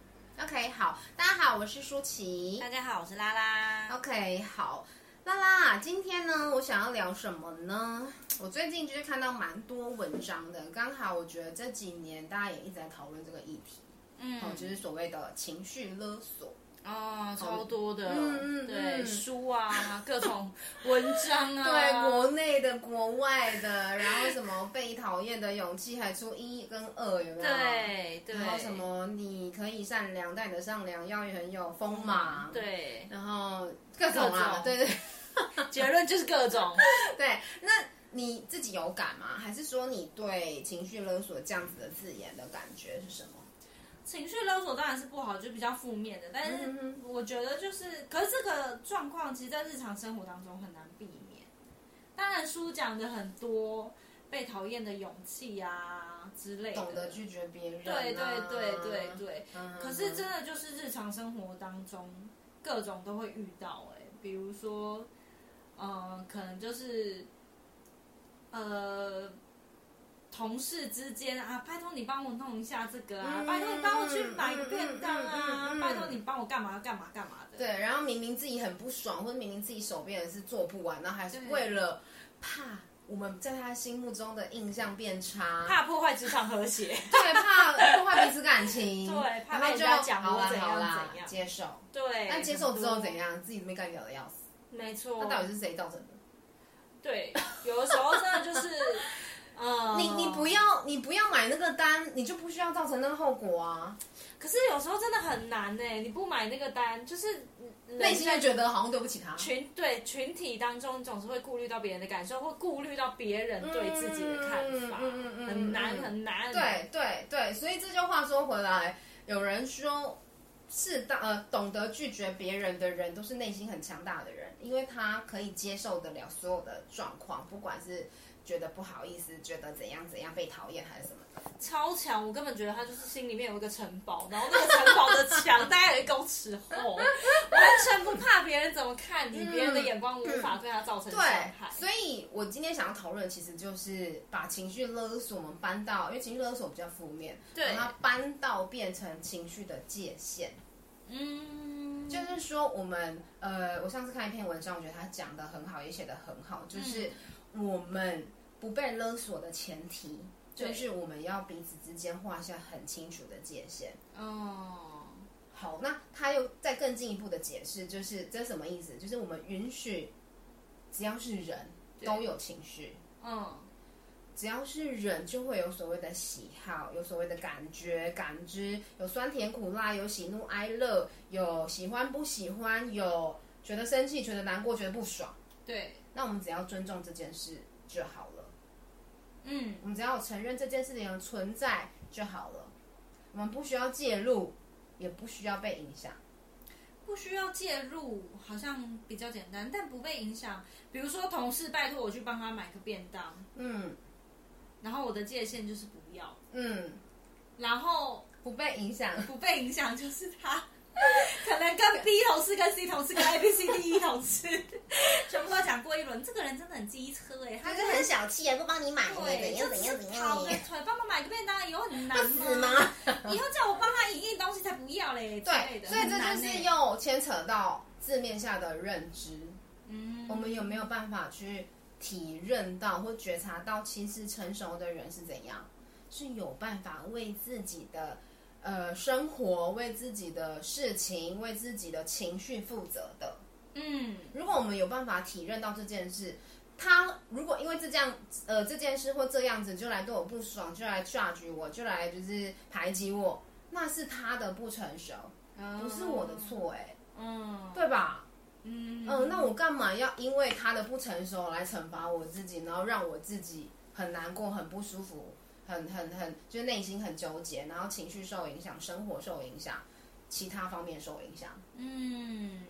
太好。大家好，我是舒淇大。家好，我是拉拉。 OK，好，拉拉，今天呢，我想要聊什么呢？我最近就是看到蛮多文章的，刚好我觉得这几年大家也一直在讨论这个议题，嗯哦，就是所谓的情绪勒索。哦，超多的，嗯嗯对，嗯书啊，各种文章啊， 对，国内的、国外的，然后什么被讨厌的勇气，还出一跟二，有没有？对对，然后什么你可以善良，但你的善良要很有锋芒。，对，然后各种啊，各种对对结论就是各 种。对。那你自己有感吗？还是说你对情绪勒索这样子的字眼的感觉是什么？情绪勒索当然是不好，就比较负面的。但是嗯我觉得就是，可是这个状况其实，在日常生活当中很难避免。当然，书讲的很多，被讨厌的勇气啊之类的，懂得拒绝别人、啊。对对对对对。嗯。可是真的就是日常生活当中各种都会遇到、欸，比如说，嗯、可能就是，呃，同事之间啊，拜托你帮我弄一下这个啊，嗯拜托你帮我去买个便当啊，嗯嗯嗯嗯嗯拜托你帮我干嘛干嘛干嘛的，对，然后明明自己很不爽，或者明明自己手边的事做不完，然后还是为了怕我们在他心目中的印象变差，怕破坏职场和谐。 对，怕破坏彼此感情，对怕然后被人就家讲好我啦怎样好啦怎样接受，对，但接受之后怎样？样，自己没干掉的要死，没错，那到底是谁造成的？对，有的时候真的就是，嗯，你你不要你不要买那个单，你就不需要造成那个后果啊，可是有时候真的很难呢、欸你不买那个单，就是嗯人内心在就觉得好像对不起他，群对群体当中总是会顾虑到别人的感受，或顾虑到别人对自己的看法，嗯嗯嗯嗯嗯很难嗯很难。对对对，所以这就话说回来，有人说，适当呃懂得拒绝别人的人，都是内心很强大的人，因为他可以接受得了所有的状况，不管是觉得不好意思，觉得怎样怎样被讨厌还是什么。超强，我根本觉得他就是心里面有一个城堡，然后那个城堡的墙大概有一公尺厚，完全不怕别人怎么看你，别人的眼光无法对他造成伤害。对，所以我今天想要讨论，其实就是把情绪勒索我们搬到，因为情绪勒索比较负面，对把它搬到变成情绪的界限。嗯，就是说，我们呃，我上次看一篇文章，我觉得他讲的很好，也写的很好，嗯就是我们不被勒索的前提，对就是我们要彼此之间画下很清楚的界限。哦，好，那他又再更进一步的解释，就是这什么意思？就是我们允许，只要是人对都有情绪，嗯，只要是人，就会有所谓的喜好，有所谓的感觉、感知，有酸甜苦辣，有喜怒哀乐，有喜欢不喜欢，有觉得生气、觉得难过、觉得不爽。对，那我们只要尊重这件事就好了，嗯。我们只要承认这件事情的存在就好了，我们不需要介入，也不需要被影响。不需要介入，好像比较简单，但不被影响。比如说，同事拜托我去帮他买个便当，嗯然后我的界限就是不要，嗯，然后不被影响。不被影响就是他可能跟 B 同事、跟 C 同事、跟 A、B、C、D、E 同事全部都讲过一轮。这个人真的很机车哎、他他就就很小气啊，不帮你买，对，怎样就怎只样是怎跑样个，腿，帮我买个便当，以后很难死吗？以后叫我帮他影印东西才不要嘞，之类对，的所以这很难就是欸又牵扯到字面下的认知，嗯，我们有没有办法去体认到或觉察到，其实成熟的人是怎样，是有办法为自己的呃生活、为自己的事情、为自己的情绪负责的。嗯如果我们有办法体认到这件事，他如果因为这这样呃这件事或这样子就来对我不爽，就来 judge 我，就来就是排挤我，那是他的不成熟，不是我的，错哎、嗯对吧？嗯嗯，那我干嘛要因为他的不成熟来惩罚我自己，然后让我自己很难过、很不舒服、很很很，就是内心很纠结，然后情绪受影响，生活受影响，其他方面受影响。嗯，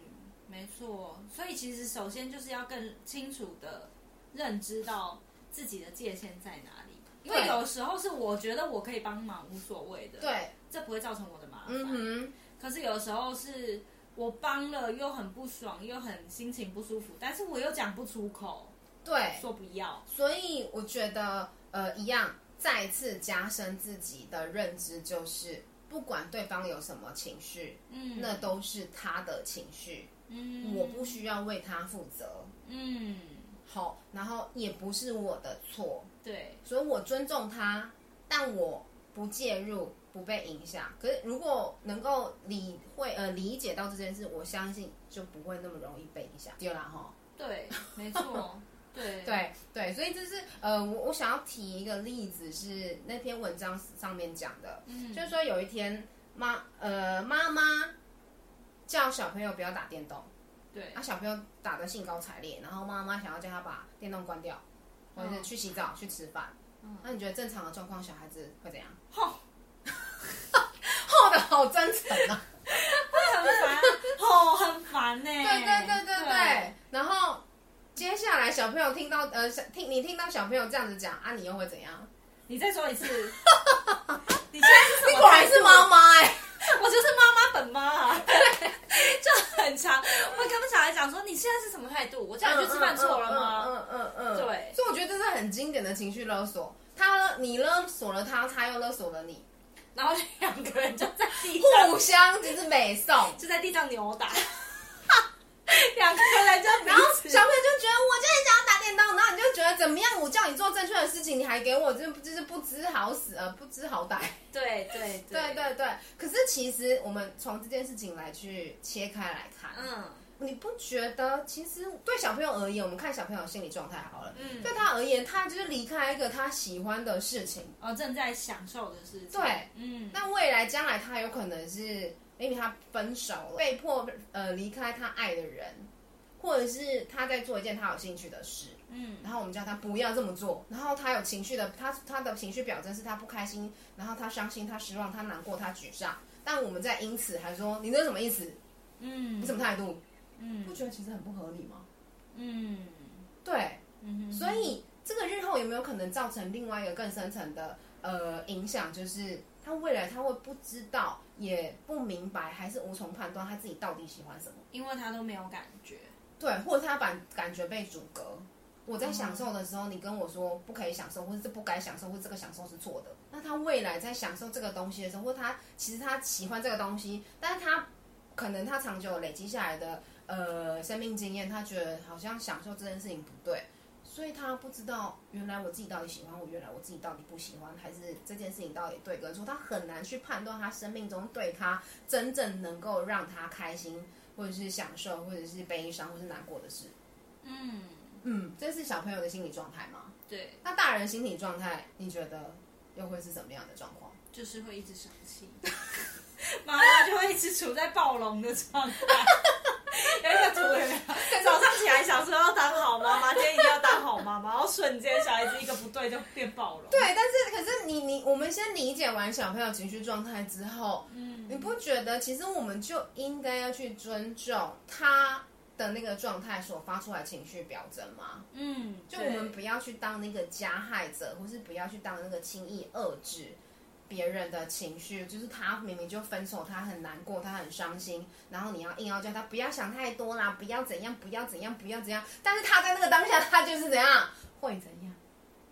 没错。所以其实首先就是要更清楚的认知到自己的界限在哪里，因为对有时候是我觉得我可以帮忙，无所谓的，，对，这不会造成我的麻烦。嗯哼，可是有时候是我帮了又很不爽，又很心情不舒服，但是我又讲不出口，对，说不要。所以我觉得呃，一样再次加深自己的认知，就是不管对方有什么情绪，嗯那都是他的情绪，嗯我不需要为他负责。嗯，好，然后也不是我的错，对，所以我尊重他，但我不介入，不被影响。可是如果能够理会呃理解到这件事，我相信就不会那么容易被影响。对啦哈，对，没错，对， 对对，所以这是呃我我想要提一个例子是那篇文章上面讲的，嗯，就是说有一天妈呃妈妈叫小朋友不要打电动，对啊，小朋友打得兴高采烈，然后妈妈想要叫他把电动关掉，或嗯者是去洗澡、去吃饭。那你觉得正常的状况，小孩子会怎样？吼，吼的好真诚 啊！很烦，吼，很烦呢、对对对对对。然后接下来小朋友听到呃小听你听到小朋友这样子讲啊，你又会怎样？你再说一 次，你现在是什么态度？妈哎、我就是妈妈本妈啊， 就很常会跟小孩讲说，你现在是什么态度？我叫你去吃饭错了吗？嗯嗯嗯，嗯嗯对所以我觉得这是很经典的情绪勒索，他勒你勒索了他，他又勒索了你，然后两个人就在地互上相就是美送。就在地上扭 打，两个人就然后彼此小朋友就觉得我就是想要打电动，然后你就觉得怎么样？我叫你做正确的事情，你还给我真就是不知好死呃不知好歹。对对 对对对，可是其实我们从这件事情来去切开来看，嗯你不觉得其实对小朋友而言，我们看小朋友的心理状态好了，嗯对他而言，他就是离开一个他喜欢的事情，哦，正在享受的事情，对，嗯，那未来将来他有可能是，maybe 他分手了，被迫呃离开他爱的人，或者是他在做一件他有兴趣的事，嗯然后我们叫他不要这么做，然后他有情绪的，他他的情绪表征是他不开心，然后他伤心，他失望，他难过，他沮丧。但我们在因此还说你这什么意思？嗯，你什么态度？嗯不觉得其实很不合理吗？嗯对，嗯，所以这个日后有没有可能造成另外一个更深层的呃影响？就是他未来他会不知道，也不明白，还是无从判断他自己到底喜欢什么？因为他都没有感觉，对，或者他感感觉被阻隔。我在享受的时候，你跟我说不可以享受，或者是不该享受，或者这个享受是错的。那他未来在享受这个东西的时候，或他其实他喜欢这个东西，但是他可能他长久累积下来的呃生命经验，他觉得好像享受这件事情不对，所以他不知道原来我自己到底喜欢我，原来我自己到底不喜欢，还是这件事情到底对跟错，他很难去判断他生命中对他真正能够让他开心，或者是享受，或者是悲伤，或是难过的事。嗯，嗯，这是小朋友的心理状态吗？对，那大人心理状态，你觉得又会是怎么样的状况？就是会一直生气， 妈妈就会一直处在暴龙的状态。有一个图有没有？早上起来想说要当好妈妈，今天一定要当好妈妈，然后瞬间小孩子一个不对就变暴龙。对，，但是可是你你我们先理解完小朋友情绪状态之后，嗯你不觉得其实我们就应该要去尊重他的那个状态所发出来情绪表征吗？嗯，就我们对不要去当那个加害者，或是不要去当那个轻易遏制别人的情绪。就是他明明就分手，他很难过，他很伤心，然后你要硬要叫他不要想太多啦，不要怎样，不要怎样，不要怎样。但是他在那个当下，他就是怎样会怎样。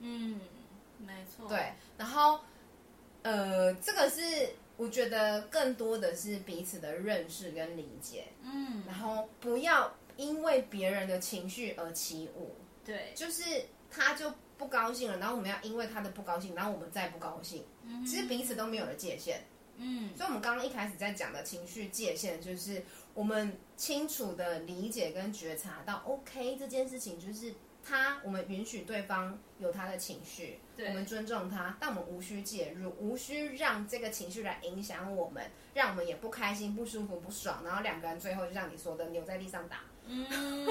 嗯，没错，对，然后呃，这个是我觉得更多的是彼此的认识跟理解，嗯，然后不要因为别人的情绪而起舞。对，就是他就不高兴了，然后我们要因为他的不高兴，然后我们再不高兴，嗯其实彼此都没有了界限。嗯所以，我们刚刚一开始在讲的情绪界限，就是我们清楚的理解跟觉察到，OK，这件事情就是他，我们允许对方有他的情绪，对我们尊重他，但我们无需介入，无需让这个情绪来影响我们，让我们也不开心、不舒服、不爽，然后两个人最后就像你说的，扭在地上打。嗯，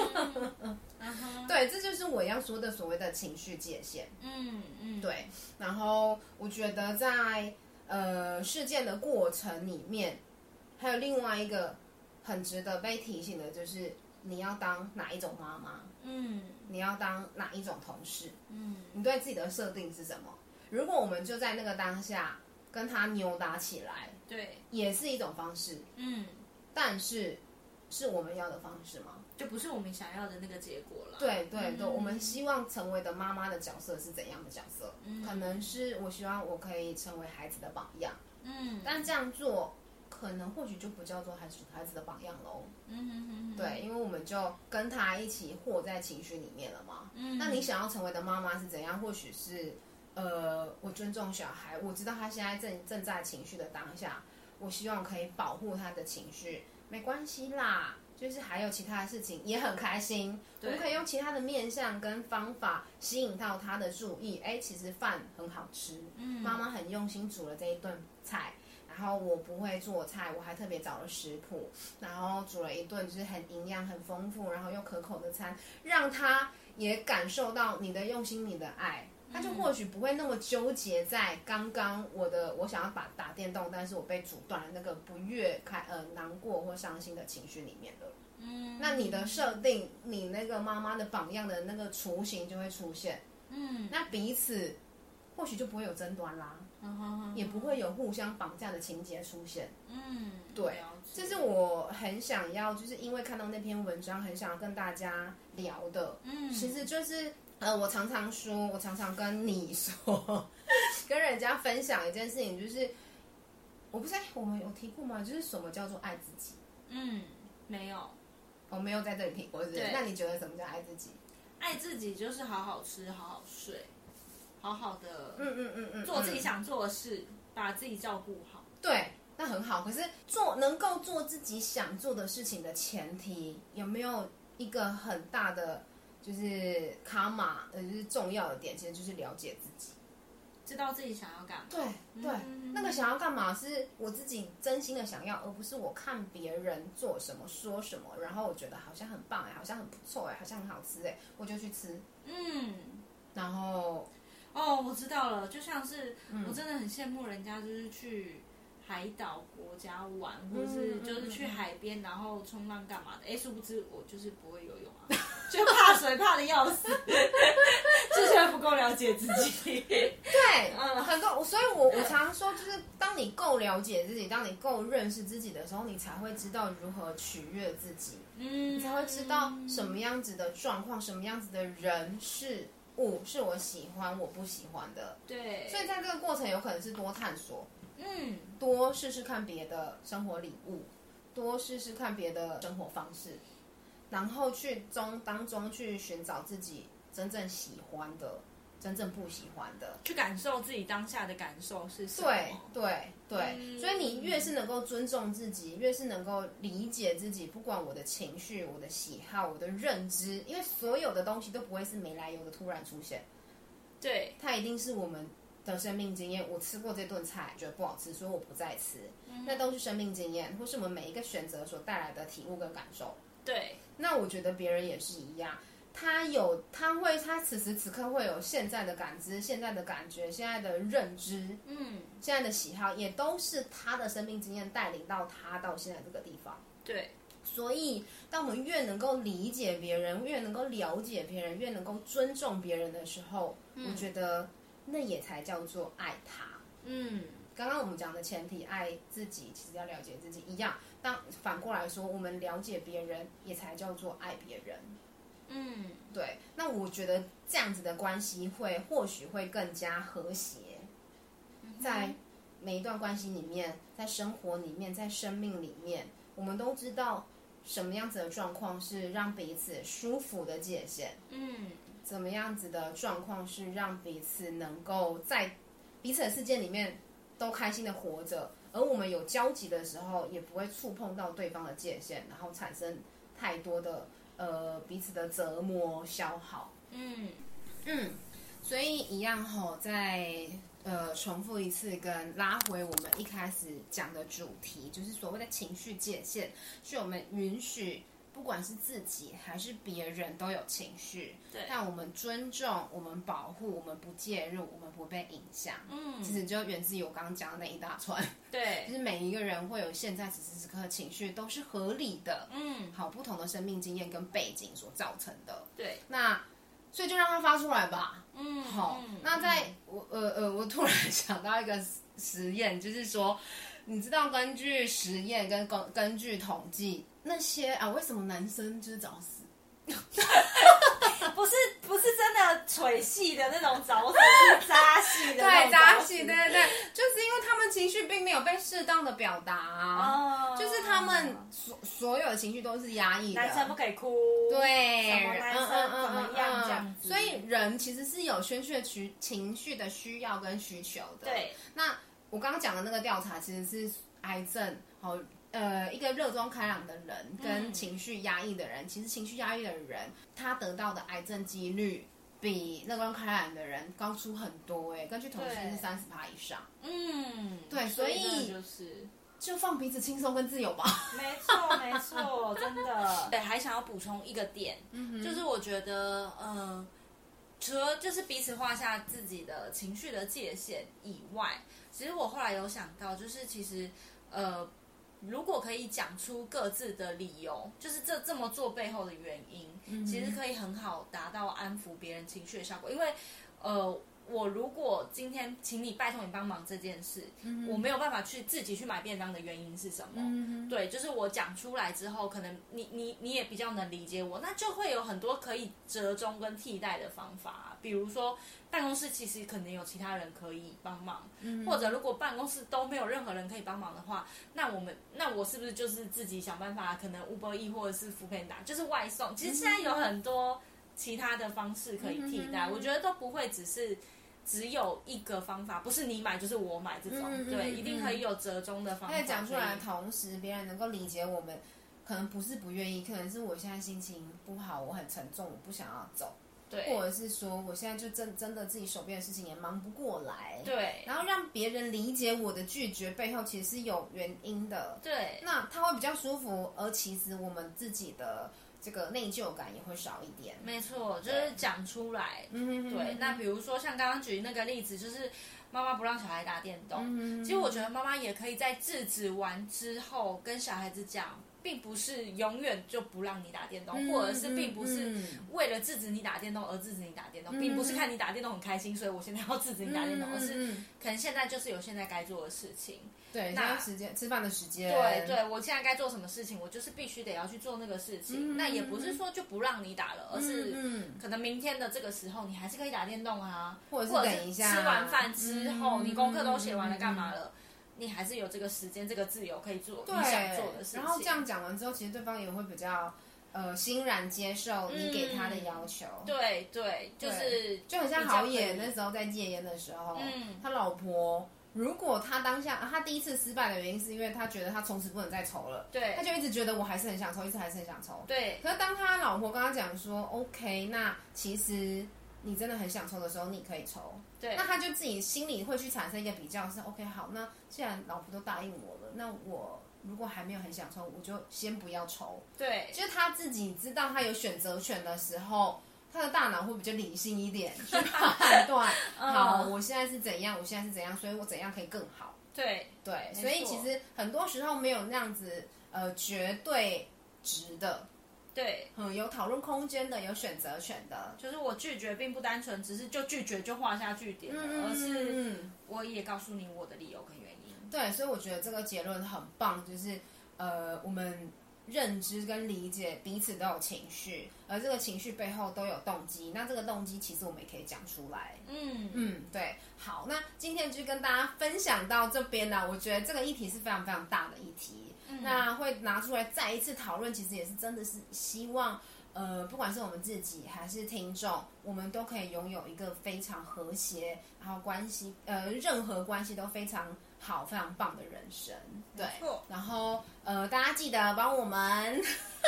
然后对，这就是我要说的所谓的情绪界限。嗯嗯，对，然后我觉得在呃事件的过程里面，还有另外一个很值得被提醒的，就是你要当哪一种妈妈，嗯你要当哪一种同事，嗯你对自己的设定是什么？如果我们就在那个当下跟他扭打起来，对，也是一种方式，嗯，但是是我们要的方式吗？就不是我们想要的那个结果了。对对对，嗯我们希望成为的妈妈的角色是怎样的角色？嗯可能是我希望我可以成为孩子的榜样，嗯，但这样做可能或许就不叫做孩子孩子的榜样喽。嗯哼哼哼，对，因为我们就跟他一起活在情绪里面了嘛。嗯，那你想要成为的妈妈是怎样？或许是呃，我尊重小孩，我知道他现在正正在情绪的当下，我希望可以保护他的情绪，没关系啦。就是还有其他的事情也很开心，我对们可以用其他的面向跟方法吸引到他的注意。哎，其实饭很好吃，嗯妈妈很用心煮了这一顿菜，然后我不会做菜，我还特别找了食谱，然后煮了一顿就是很营养、很丰富，然后又可口的餐，让他也感受到你的用心、你的爱。嗯他就或许不会那么纠结在刚刚我的我想要把打电动，但是我被阻断了那个不悦、开呃难过或伤心的情绪里面了。嗯，那你的设定，你那个妈妈的榜样的那个雏形就会出现，嗯，那彼此或许就不会有争端啦。也不会有互相绑架的情节出现。嗯，对了解，这是我很想要，就是因为看到那篇文章，很想要跟大家聊的。嗯，其实就是，呃，我常常说，我常常跟你说， 跟人家分享一件事情，就是我不知道哎我们有提过吗？就是什么叫做爱自己？嗯没有。我没有在这里提过，是不是对那你觉得什么叫爱自己？爱自己就是好好吃，好好睡，好好的嗯嗯嗯嗯，做自己嗯想做的事，把自己照顾好。对，那很好。可是做能够做自己想做的事情的前提，有没有一个很大的就是卡玛，呃，就是重要的点，其实就是了解自己。知道自己想要干嘛。对对，嗯那个想要干嘛是我自己真心的想要，而不是我看别人做什么说什么，然后我觉得好像很棒哎、好像很不错哎、好像很好吃哎、我就去吃。嗯，然后哦，我知道了，就像是、嗯我真的很羡慕人家，就是去海岛国家玩，或者嗯是就是去海边，然后冲浪干嘛的。哎，殊不知我就是不会游泳啊， 就怕水怕的要死， 就是还不够了解自己。对，嗯很多，所以我我常说，就是当你够了解自己，当你够认识自己的时候，你才会知道如何取悦自己，嗯， 你才会知道什么样子的状况，什么样子的人事物是我喜欢，我不喜欢的。对，所以在这个过程，有可能是多探索，嗯。多试试看别的生活礼物，多试试看别的生活方式，然后去中当中去寻找自己真正喜欢的，真正不喜欢的。去感受自己当下的感受是什么？对对对，嗯所以你越是能够尊重自己，越是能够理解自己，不管我的情绪、我的喜好、我的认知，因为所有的东西都不会是没来由的突然出现，对，它一定是我们的生命经验。我吃过这顿菜，觉得不好吃，所以我不再吃，嗯那都是生命经验，或是我们每一个选择所带来的体悟跟感受。对，那我觉得别人也是一样，他有他会他此时此刻会有现在的感知、现在的感觉、现在的认知，嗯，现在的喜好，也都是他的生命经验带领到他到现在这个地方。对，所以，当我们越能够理解别人，越能够了解别人，越能够尊重别人的时候，我觉得那也才叫做爱他。嗯，刚刚我们讲的前提，爱自己，其实要了解自己一样。当反过来说，我们了解别人，也才叫做爱别人。嗯，对，那我觉得这样子的关系会或许会更加和谐，嗯在每一段关系里面，在生活里面，在生命里面，我们都知道什么样子的状况是让彼此舒服的界限，嗯，怎么样子的状况是让彼此能够在彼此的世界里面都开心的活着，而我们有交集的时候，也不会触碰到对方的界限，然后产生太多的呃彼此的折磨消耗。嗯，嗯，所以一样吼，再呃重复一次，跟拉回我们一开始讲的主题，就是所谓的情绪界限，是我们允许不管是自己还是别人都有情绪，对但我们尊重，我们保护，我们不介入，我们不被影响。其嗯，实就源自于我刚刚讲的那一大串，就对，是每一个人会有现在此时此刻的情绪都是合理的，嗯，好不同的生命经验跟背景所造成的。对，那所以就让它发出来吧。嗯，好，那在我呃呃，我突然想到一个实实验，就是说，你知道根据实验跟根根据统计，那些啊，为什么男生就是早死？不是不是真的腿细的那种沼泽，是扎细的那对种扎沼起，泽对对 对，就是因为他们情绪并没有被适当的表达、啊哦就是他们所所有的情绪都是压抑的。男生不可以哭，对，什么男嗯生嗯嗯怎么嗯样嗯这样子所以人其实是有宣泄情情绪的需要跟需求的。，对，那我刚刚讲的那个调查其实是癌症，好，呃，一个热衷开朗的人跟嗯情绪压抑的人，其实情绪压抑的人，他得到的癌症几率比乐观开朗的人高出很多、欸，哎，根据统计是对三十趴以上。嗯，对所以真的就是。就放彼此轻松跟自由吧。没错，没错，真的。 嗯对，还想要补充一个点，就是我觉得，嗯、除了就是彼此画下自己的情绪的界限以外，其实我后来有想到，就是其实，呃，如果可以讲出各自的理由，就是这这么做背后的原因，其实可以很好达到安抚别人情绪的效果。因为，呃，我如果今天请你拜托你帮忙这件事，我没有办法去自己去买便当的原因是什么？嗯对，就是我讲出来之后，可能你你你也比较能理解我，那就会有很多可以折中跟替代的方法啊、比如说办公室其实可能有其他人可以帮忙，嗯或者如果办公室都没有任何人可以帮忙的话，那我们那我是不是就是自己想办法，可能 Uber E 或者是 f o o p a n d a 就是外送，其实现在有很多其他的方式可以替代，嗯哼我觉得都不会只是。只有一个方法，不是你买就是我买这种，嗯嗯对，嗯一定可以有折中的方法在可以。讲出来的同时，别人能够理解我们，可能不是不愿意，可能是我现在心情不好，我很沉重，我不想要走，对，或者是说我现在就真真的自己手边的事情也忙不过来。，对然后让别人理解我的拒绝背后其实是有原因的，对那他会比较舒服，而其实我们自己的这个内疚感也会少一点。没错，就是讲出来。嗯，对，那比如说像刚刚举那个例子，就是妈妈不让小孩打电动。嗯其实我觉得妈妈也可以在制止完之后跟小孩子讲，并不是永远就不让你打电动，嗯或者是并不是为了制止你打电动而制止你打电嗯动，并不是看你打电动很开心，所以我现在要制止你打电动，而是可能现在就是有现在该做的事情。嗯对，那那时间吃饭的时间，对对，我现在该做什么事情，我就是必须得要去做那个事情。嗯那也不是说就不让你打了，而是嗯，可能明天的这个时候，你还是可以打电动啊，或者或是者等一是下吃完饭之后，嗯你功课都写完了，干嘛了？你还是有这个时间、这个自由可以做对你想做的事情。然后这样讲完之后，其实对方也会比较呃欣然接受你给他的嗯要求，对对，就是就很像豪野比较可以那时候在戒烟的时候，嗯他老婆。如果他当下啊他第一次失败的原因是因为他觉得他从此不能再抽了，对他就一直觉得我还是很想抽，一直还是很想抽。对可是当他老婆跟他讲说，OK，那其实你真的很想抽的时候，你可以抽。对那他就自己心里会去产生一个比较，是 OK，好，那既然老婆都答应我了，那我如果还没有很想抽，我就先不要抽。对就是他自己知道他有选择权的时候。他的大脑会比较理性一点，去判断， 嗯好，我现在是怎样，我现在是怎样，所以我怎样可以更好。对对，没所以错其实很多时候没有那样子呃绝对值的，对，嗯，有讨论空间的，有选择权的，就是我拒绝并不单纯只是就拒绝就画下句点了，而是嗯，我也告诉你我的理由跟原因。对，所以我觉得这个结论很棒，就是呃，我们认知跟理解彼此都有情绪，而这个情绪背后都有动机，那这个动机其实我们也可以讲出来。嗯嗯，对，好，那今天就跟大家分享到这边啦。我觉得这个议题是非常非常大的议题，嗯那会拿出来再一次讨论，其实也是真的是希望，呃，不管是我们自己还是听众，我们都可以拥有一个非常和谐，然后关系，呃，任何关系都非常好、非常棒的人生。对没错，然后呃，大家记得帮我们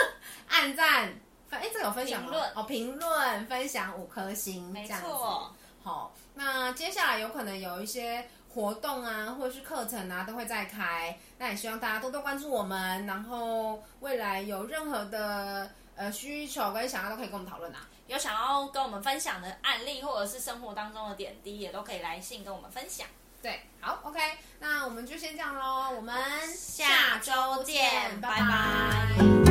按赞。反哎，这个有分享吗评论？哦，评论分享五颗星，没这样子错。好，那接下来有可能有一些活动啊，或者是课程啊，都会再开。那也希望大家多多关注我们，然后未来有任何的呃需求跟想要都可以跟我们讨论啊。有想要跟我们分享的案例，或者是生活当中的点滴，也都可以来信跟我们分享。对，好，OK，那我们就先这样喽，我们下周见，拜拜拜拜